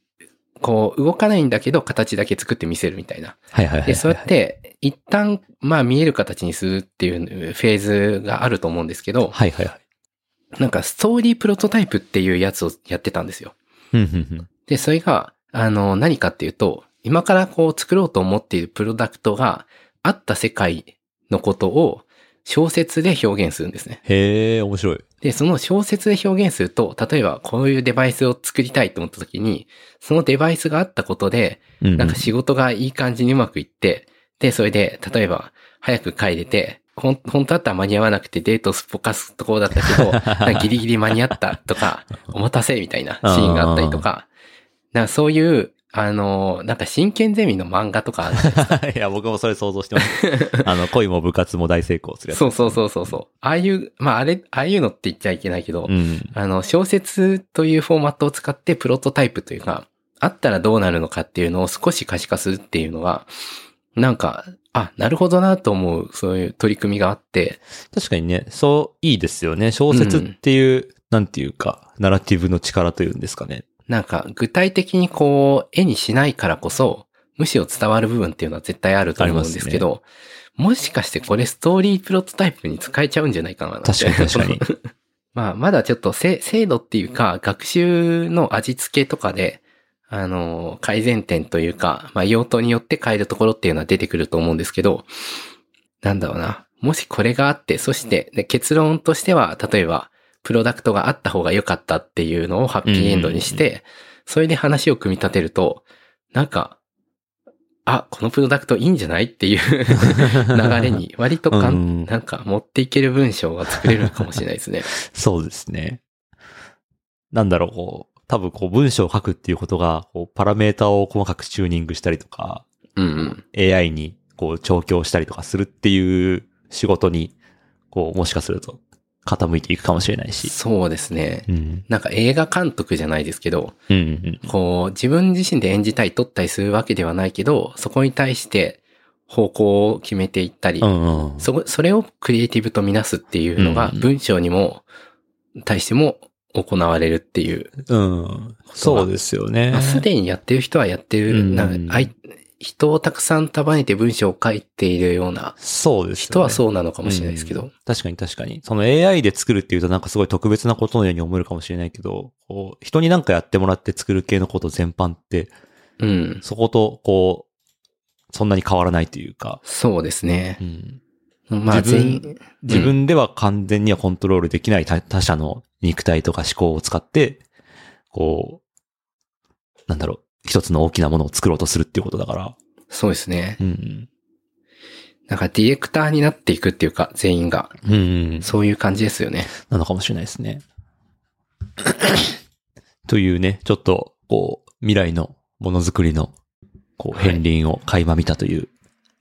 Speaker 2: こう、動かないんだけど、形だけ作ってみせるみたいな。
Speaker 1: はいはいはいはい、はい。
Speaker 2: で、そうやって、一旦、まあ見える形にするっていうフェーズがあると思うんですけど、
Speaker 1: はいはいはい。
Speaker 2: なんかストーリープロトタイプっていうやつをやってたんですよ。
Speaker 1: うんうん
Speaker 2: で、それが、あの、何かっていうと、今からこう作ろうと思っているプロダクトがあった世界のことを小説で表現するんですね。
Speaker 1: へえ、面白い。
Speaker 2: で、その小説で表現すると、例えばこういうデバイスを作りたいと思った時に、そのデバイスがあったことで、
Speaker 1: うう
Speaker 2: なんか仕事がいい感じにうまくいって、で、それで、例えば、早く帰れて、ほん、本当だったら間に合わなくてデートすっぽかすところだったけど、なんかギリギリ間に合ったとか、お待たせみたいなシーンがあったりとか、なんかそういう、あのーなんか真剣ゼミの漫画とかあるじゃん
Speaker 1: いや、僕もそれ想像してます。あの、恋も部活も大成功 するやつ。
Speaker 2: そうそうそうそうそう。ああいう、まああれ、ああいうのって言っちゃいけないけど、
Speaker 1: うん。
Speaker 2: あの、小説というフォーマットを使ってプロトタイプというか、あったらどうなるのかっていうのを少し可視化するっていうのが、なんか、あ、なるほどなと思う、そういう取り組みがあって、
Speaker 1: 確かにね、そう、いいですよね。小説っていう、なんていうか、ナラティブの力というんですかね。
Speaker 2: なんか具体的にこう、絵にしないからこそ、むしろ伝わる部分っていうのは絶対あると思うんですけど、もしかしてこれストーリープロトタイプに使えちゃうんじゃないかななんて。
Speaker 1: 確かに確かに。
Speaker 2: まあ、まだちょっとせ制度っていうか、学習の味付けとかで、あの、改善点というか、まあ、用途によって変えるところっていうのは出てくると思うんですけど、なんだろうな。もしこれがあって、そして、で結論としては、例えば、プロダクトがあった方が良かったっていうのをハッピーエンドにして、それで話を組み立てると、なんか、あ、このプロダクトいいんじゃないっていう 流れに、割とかん
Speaker 1: うん
Speaker 2: なんか持っていける文章が作れるかもしれないですね。
Speaker 1: そうですね。なんだろう、こう、多分こう文章を書くっていうことが、こう、パラメーターを細かくチューニングしたりとか、
Speaker 2: うんうん。
Speaker 1: AI にこう調教したりとかするっていう仕事に、こう、もしかすると傾いていくかもしれないし。
Speaker 2: そうですね
Speaker 1: う。ん。
Speaker 2: なんか映画監督じゃないですけど、
Speaker 1: うんうん
Speaker 2: こう自分自身で演じたり撮ったりするわけではないけど、そこに対して方向を決めていったり、
Speaker 1: うん。うんうん。
Speaker 2: そこ、それをクリエイティブとみなすっていうのが
Speaker 1: うん
Speaker 2: 文章にも、対しても行われるっていう。
Speaker 1: うん。そうですよね
Speaker 2: まあ。すでにやってる人はやってる、
Speaker 1: うん
Speaker 2: なんかあい人をたくさん束ねて文章を書いているような
Speaker 1: そうですよね。
Speaker 2: 人はそうなのかもしれないですけど。
Speaker 1: うん確かに確かに。その AI で作るっていうとなんかすごい特別なことのように思えるかもしれないけど、こう、人になんかやってもらって作る系のこと全般って、
Speaker 2: うん。
Speaker 1: そこと、こう、そんなに変わらないというか、
Speaker 2: そうですね
Speaker 1: う。ん
Speaker 2: まあ
Speaker 1: 自分
Speaker 2: 全員、
Speaker 1: 自分では完全にはコントロールできない他他者の肉体とか思考を使って、こう、なんだろう、一つの大きなものを作ろうとするっていうことだから。
Speaker 2: そうですね。
Speaker 1: うん。
Speaker 2: なんかディレクターになっていくっていうか、全員が。
Speaker 1: うんうん。
Speaker 2: そういう感じですよね。
Speaker 1: なのかもしれないですね。 というね、ちょっと、こう、未来のものづくりの、こう、
Speaker 2: はい
Speaker 1: 片鱗を垣間見たという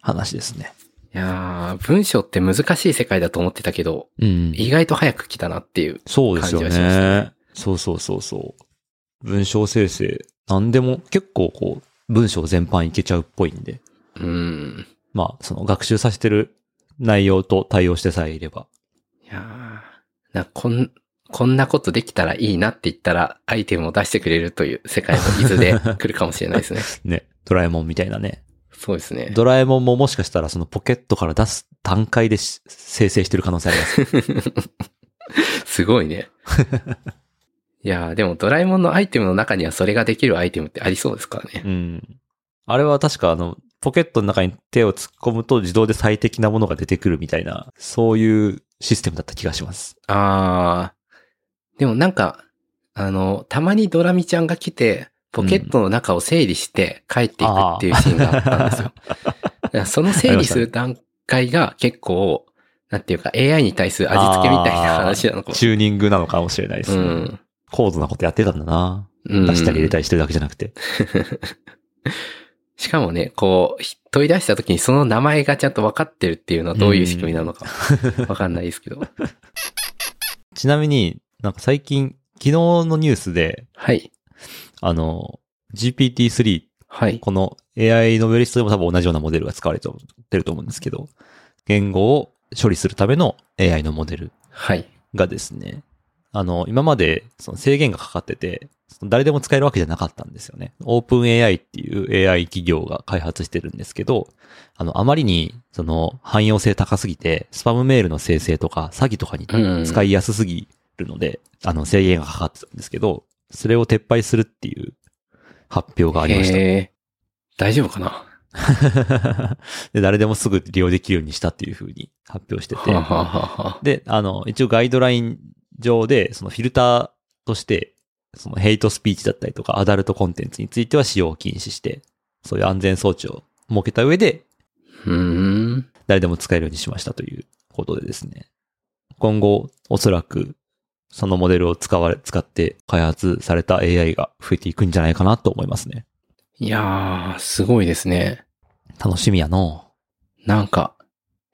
Speaker 1: 話ですね。
Speaker 2: いやー、文章って難しい世界だと思ってたけど、
Speaker 1: うん。
Speaker 2: 意外と早く来たなっていう。
Speaker 1: そうですよ
Speaker 2: 感じはしま
Speaker 1: ね。そうそうそうそう。文章生成、なんでも結構こう、文章全般いけちゃうっぽいんで、
Speaker 2: うん。
Speaker 1: まあ、その学習させてる内容と対応してさえいれば。
Speaker 2: いやーなんかこん、こんなことできたらいいなって言ったら、アイテムを出してくれるという世界の伊豆 で来るかもしれないですね。
Speaker 1: ね、ドラえもんみたいなね。
Speaker 2: そうですね。
Speaker 1: ドラえもんももしかしたらそのポケットから出す段階でし生成してる可能性あります。
Speaker 2: すごい ね。いやーでもドラえもんのアイテムの中にはそれができるアイテムってありそうですからね。
Speaker 1: うん。あれは確かあの、ポケットの中に手を突っ込むと自動で最適なものが出てくるみたいな、そういうシステムだった気がします。
Speaker 2: あー。でもなんか、あの、たまにドラミちゃんが来て、ポケットの中を整理して帰っていくっていうシーンがあったんですよ。だからその整理する段階が結構、なんていうか AI に対する味付けみたいな話なのかもし
Speaker 1: チューニングなのかもしれないで
Speaker 2: れ
Speaker 1: す
Speaker 2: な
Speaker 1: ね。
Speaker 2: い。うん。
Speaker 1: 高度なことやってたんだな。
Speaker 2: うん
Speaker 1: 出したり入れたりしてるだけじゃなくて。
Speaker 2: しかもね、こう、ひ問い出した時にその名前がちゃんと分かってるっていうのはどういう仕組みなのか分かんないですけど。
Speaker 1: ちなみになんか最近、昨日のニュースで、
Speaker 2: はい。
Speaker 1: あの、GPT-3、
Speaker 2: はい。
Speaker 1: この AI ノベリストでも多分同じようなモデルが使われてると思うんですけど、言語を処理するための AI のモデル
Speaker 2: はい。
Speaker 1: がですね、あの、今までその制限がかかってて、その誰でも使えるわけじゃなかったんですよね。OpenAI っていう AI 企業が開発してるんですけど、あの、あまりにその汎用性高すぎて、スパムメールの生成とか詐欺とかに
Speaker 2: うん。
Speaker 1: 使いやすすぎるので、あの、制限がかかってたんですけど、それを撤廃するっていう発表がありまし
Speaker 2: へー大丈夫かな
Speaker 1: た。 で誰でもすぐ利用できるようにしたっていうふうに発表してて、
Speaker 2: はあはあはあはあ
Speaker 1: で、あの、一応ガイドライン上で、そのフィルターとして、そのヘイトスピーチだったりとか、アダルトコンテンツについては使用を禁止して、そういう安全装置を設けた上で、
Speaker 2: うーん。
Speaker 1: 誰でも使えるようにしましたということでですね。今後、おそらく、そのモデルを使われ、使って開発された AI が増えていくんじゃないかなと思いますね。
Speaker 2: いやー、すごいですね。
Speaker 1: 楽しみやの
Speaker 2: なんか、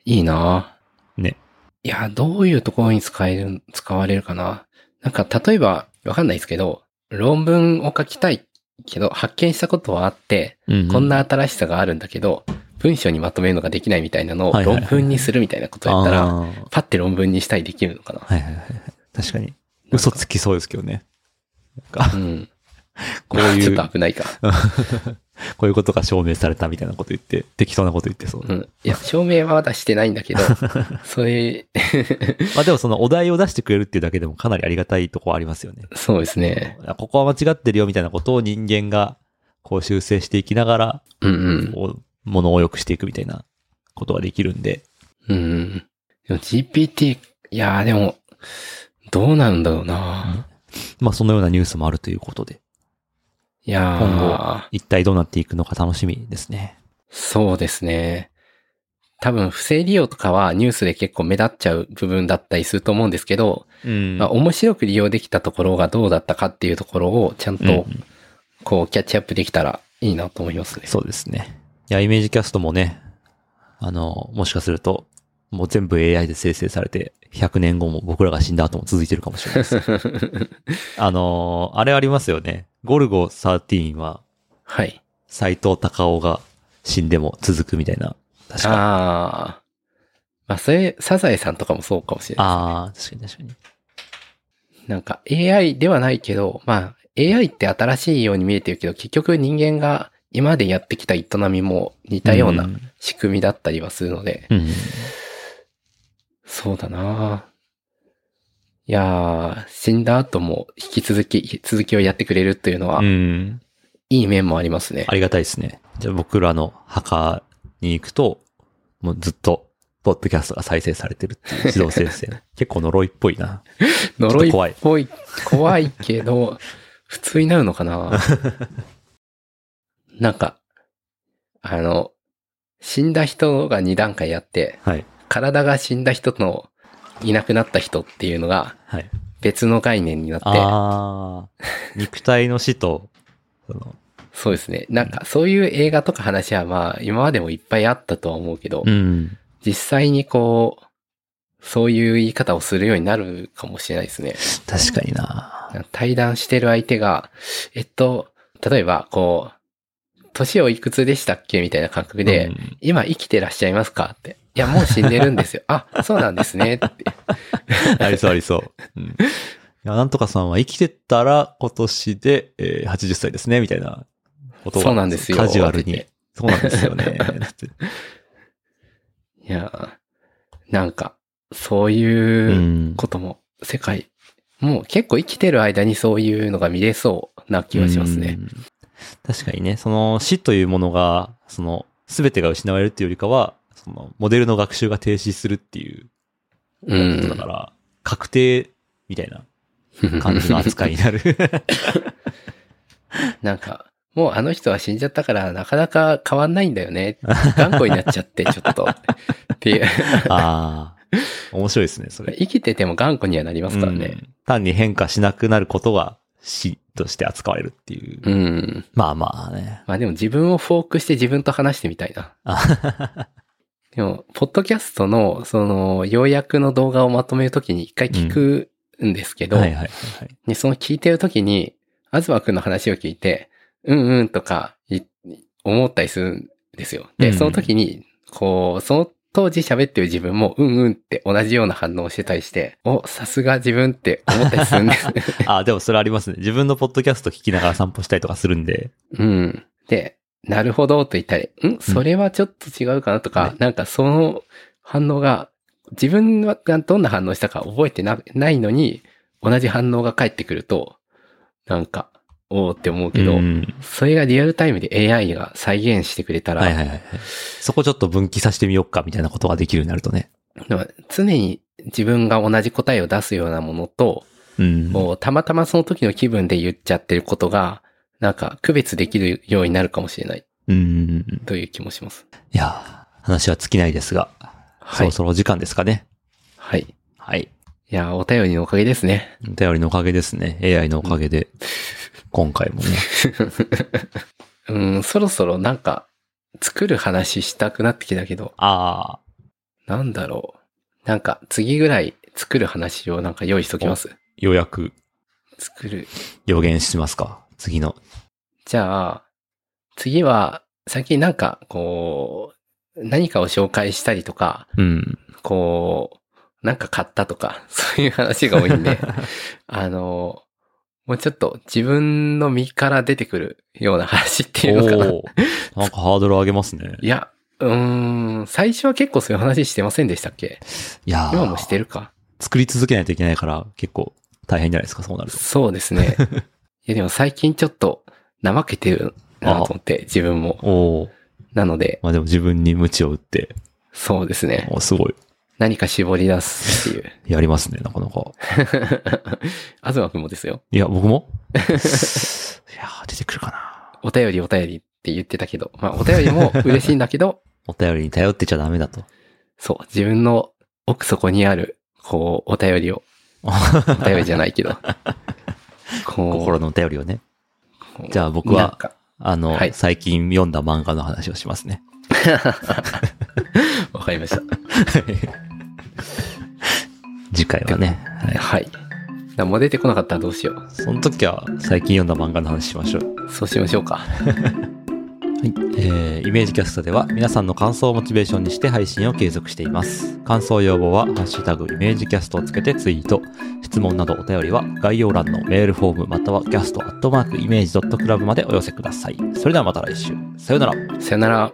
Speaker 2: いいなぁ
Speaker 1: ね。
Speaker 2: いやー、どういうところに使える、使われるかな。なんか、例えば、わかんないですけど、論文を書きたいけど、発見したことはあって、
Speaker 1: う。うん、
Speaker 2: こん。な新しさがあるんだけど、文章にまとめるのができないみたいなの
Speaker 1: は
Speaker 2: を
Speaker 1: いはい
Speaker 2: 論
Speaker 1: はい
Speaker 2: 文にするみたいなことやった
Speaker 1: あ
Speaker 2: ら、
Speaker 1: ー
Speaker 2: パッて論文にしたりできるのかな。
Speaker 1: はいはいはいはい。確かに。嘘つきそうですけどね。なんか、
Speaker 2: うん。
Speaker 1: こうい
Speaker 2: ちょ
Speaker 1: う
Speaker 2: っと、危ないか。
Speaker 1: こういうことが証明されたみたいなこと言って、適当なこと言ってそう。
Speaker 2: うん。いや、証明はまだしてないんだ けど、それ、
Speaker 1: まあでもそのお題を出してくれるっていうだけでもかなりありがたいとこはありますよね。
Speaker 2: そうですね。
Speaker 1: ここは間違ってるよみたいなことを人間がこう修正していきながら、
Speaker 2: うんうん。
Speaker 1: こう、ものを良くしていくみたいなことができるんで。
Speaker 2: うん。でも GPT、いやーでも、どうなんだろうな。
Speaker 1: まあそのようなニュースもあるということで、
Speaker 2: いやー
Speaker 1: 今一体どうなっていくのか楽しみですね。
Speaker 2: そうですね。多分、不正利用とかはニュースで結構目立っちゃう部分だったりすると思うんですけど、
Speaker 1: うん
Speaker 2: まあ、面白く利用できたところがどうだったかっていうところをちゃん
Speaker 1: うんうん
Speaker 2: と、こう、キャッチアップできたらいいなと思 いますね。
Speaker 1: そうですね。いや、イメージキャストもね、あの、もしかすると、もう全部 AI で生成されて、100年後も僕らが死んだ後も続いてるかもしれないです。あの、あれありますよね。ゴルゴ13は、
Speaker 2: はい。
Speaker 1: 斎藤隆夫が死んでも続くみたいな。確か。
Speaker 2: ああ。まあ、それ、サザエさんとかもそうかもしれない。
Speaker 1: ああー、確かに確かに。
Speaker 2: なんか AI ではないけど、まあ AI って新しいように見えてるけど、結局人間が今までやってきた営みも似たような仕組みだったりはするので、
Speaker 1: うん。
Speaker 2: そうだなあいやー、死んだ後も引き続き、引き続きをやってくれるというのは
Speaker 1: う、ん。
Speaker 2: いい面もありますね。
Speaker 1: ありがたいですね。じゃあ僕らの墓に行くと、もうずっと、ポッドキャストが再生されてるっていう自動生 成。結構呪いっぽいな。
Speaker 2: 呪
Speaker 1: ち
Speaker 2: い
Speaker 1: ょっと怖い
Speaker 2: っぽい、怖いけど、 普通になるのか ななんか、あの、死んだ人が2段階あって、
Speaker 1: はい。
Speaker 2: 体が死んだ人といなくなった人っていうのが
Speaker 1: はい。
Speaker 2: 別の概念になって、
Speaker 1: ああ、肉体の死と、その、
Speaker 2: そうですね。なんかそういう映画とか話はまあ今までもいっぱいあったとは思うけど、
Speaker 1: ん。
Speaker 2: 実際にこう、そういう言い方をするようになるかもしれないですね。
Speaker 1: 確かにな。
Speaker 2: 対談してる相手が、えっと、例えばこう、年をいくつでしたっけみたいな感覚で、
Speaker 1: うん
Speaker 2: 今生きてらっしゃいますかって。いや、もう死んでるん ですよ。あ、そうなんですね。って。
Speaker 1: ありそうありそう。うん。いや、なんとかさんは生きてたら今年で、えー80歳ですね、みたいなことが
Speaker 2: そうなんですよ
Speaker 1: カジュアルに
Speaker 2: って。
Speaker 1: そうなんですよ ね。って
Speaker 2: いやー、なんか、そう
Speaker 1: う。
Speaker 2: いううんことも、世界、もう結構生きてる間にそういうのが見れそうな気がしますね。
Speaker 1: うん。確かにね、その死というものが、その、すべてが失われるっていうよりかは、その、モデルの学習が停止するっていう
Speaker 2: う
Speaker 1: ことだか
Speaker 2: ん。
Speaker 1: ら、確定みたいな感じの扱いになる。
Speaker 2: なんか、もうあの人は死んじゃったから、なかなか変わんないんだよね。頑固になっちゃって、ちょっと。っていう。
Speaker 1: ああ。面白いですね、それ。
Speaker 2: 生きてても頑固にはなりますから
Speaker 1: う
Speaker 2: ね。
Speaker 1: ん単に変化しなくなることが死として扱われるっていう。
Speaker 2: うん。
Speaker 1: まあまあね。
Speaker 2: まあでも自分をフォークして自分と話してみたいな。
Speaker 1: あ
Speaker 2: でも、ポッドキャストの、その、要約の動画をまとめるときに一回聞くんですけど、
Speaker 1: はいはいはいはい。
Speaker 2: で、その聞いてるときに、あずまくんの話を聞いて、うんうんとかい、思ったりするんですよ。
Speaker 1: う
Speaker 2: で、
Speaker 1: ん
Speaker 2: その時に、こう、その当時喋ってる自分も、うんうんって同じような反応をしてたりして、お、さすが自分って思ったりするんです。
Speaker 1: あ、でもそれありますね。自分のポッドキャスト聞きながら散歩したりとかするんで。
Speaker 2: うん。で、なるほどと言ったり、んそれはちょっと違うかなとか、
Speaker 1: ね
Speaker 2: なんかその反応が、自分がどんな反応したか覚えてなないのに、同じ反応が返ってくると、なんか、おーって思うけど、
Speaker 1: うん
Speaker 2: それがリアルタイムで AI が再現してくれたら、
Speaker 1: はいはいはい。そこちょっと分岐させてみようかみたいなことができるようになるとね。
Speaker 2: でも常に自分が同じ答えを出すようなものと、
Speaker 1: うん。
Speaker 2: こうたまたまその時の気分で言っちゃってることが、なんか区別できるようになるかもしれない
Speaker 1: うん。
Speaker 2: という気もします。
Speaker 1: いやー、話は尽きないですが、
Speaker 2: は
Speaker 1: そ
Speaker 2: い
Speaker 1: ろ。そろお時間ですかね。
Speaker 2: はい。い
Speaker 1: はい。
Speaker 2: や、お便りのおかげですね。
Speaker 1: お便りのおかげですね。AI のおかげで、今回もね、
Speaker 2: うん、そろそろなんか、作る話したくなってきたけど、
Speaker 1: ああ、
Speaker 2: なんだろう。なんか、次ぐらい作る話をなんか用意しときます。
Speaker 1: 予約、
Speaker 2: 作る。
Speaker 1: 予言しますか次の。
Speaker 2: じゃあ、次は、先なんか、こう、何かを紹介したりとか、
Speaker 1: うん。
Speaker 2: こう、なんか買ったとか、 そういう話が多いんで、あの、もうちょっと自分の身から出てくるような話っていうのかな。
Speaker 1: おーなんかハードル上げますね。
Speaker 2: いや、うーん、最初は結構そういう話してませんでしたっけ
Speaker 1: いやー
Speaker 2: 今もしてるか。
Speaker 1: 作り続けないといけないから結構大変じゃないですか、そうなると。
Speaker 2: そうで すね。いや、でも最近ちょっと怠けてるなと思って、自分も。
Speaker 1: おお。
Speaker 2: なので、
Speaker 1: まあでも自分に鞭を打って、
Speaker 2: そうですね。
Speaker 1: おすごい。
Speaker 2: 何か絞り出すっていう。
Speaker 1: やりますね、なかなか。
Speaker 2: あずまくんもですよ。
Speaker 1: いや、僕 もいやー、出てくるかな。
Speaker 2: お便りお便りって言ってたけど、まあお便りも嬉しいんだ けど、
Speaker 1: お便りに頼ってちゃダメだと。
Speaker 2: そう、自分の奥底にある、こう、お便りを、お便りじゃな いけど、こ
Speaker 1: 心のお便りをね。
Speaker 2: う、
Speaker 1: じゃあ僕
Speaker 2: なん
Speaker 1: は、
Speaker 2: か
Speaker 1: あの、
Speaker 2: はい
Speaker 1: 最近読んだ漫画の話をしますね。
Speaker 2: わかりました。
Speaker 1: 次回はね。はい。
Speaker 2: はい。何も出てこなかったらどうしよう。
Speaker 1: その時は最近読んだ漫画の話しましょう。
Speaker 2: そうしましょうか。
Speaker 1: はい、えー、イメージキャストでは皆さんの感想をモチベーションにして配信を継続しています。感想要望は、ハッシュタグイメージキャストをつけてツイート。質問などお便りは概要欄のメールフォームまたはキャストアットマークイメージ .club までお寄せください。それではまた来週。さようなら。
Speaker 2: さよなら。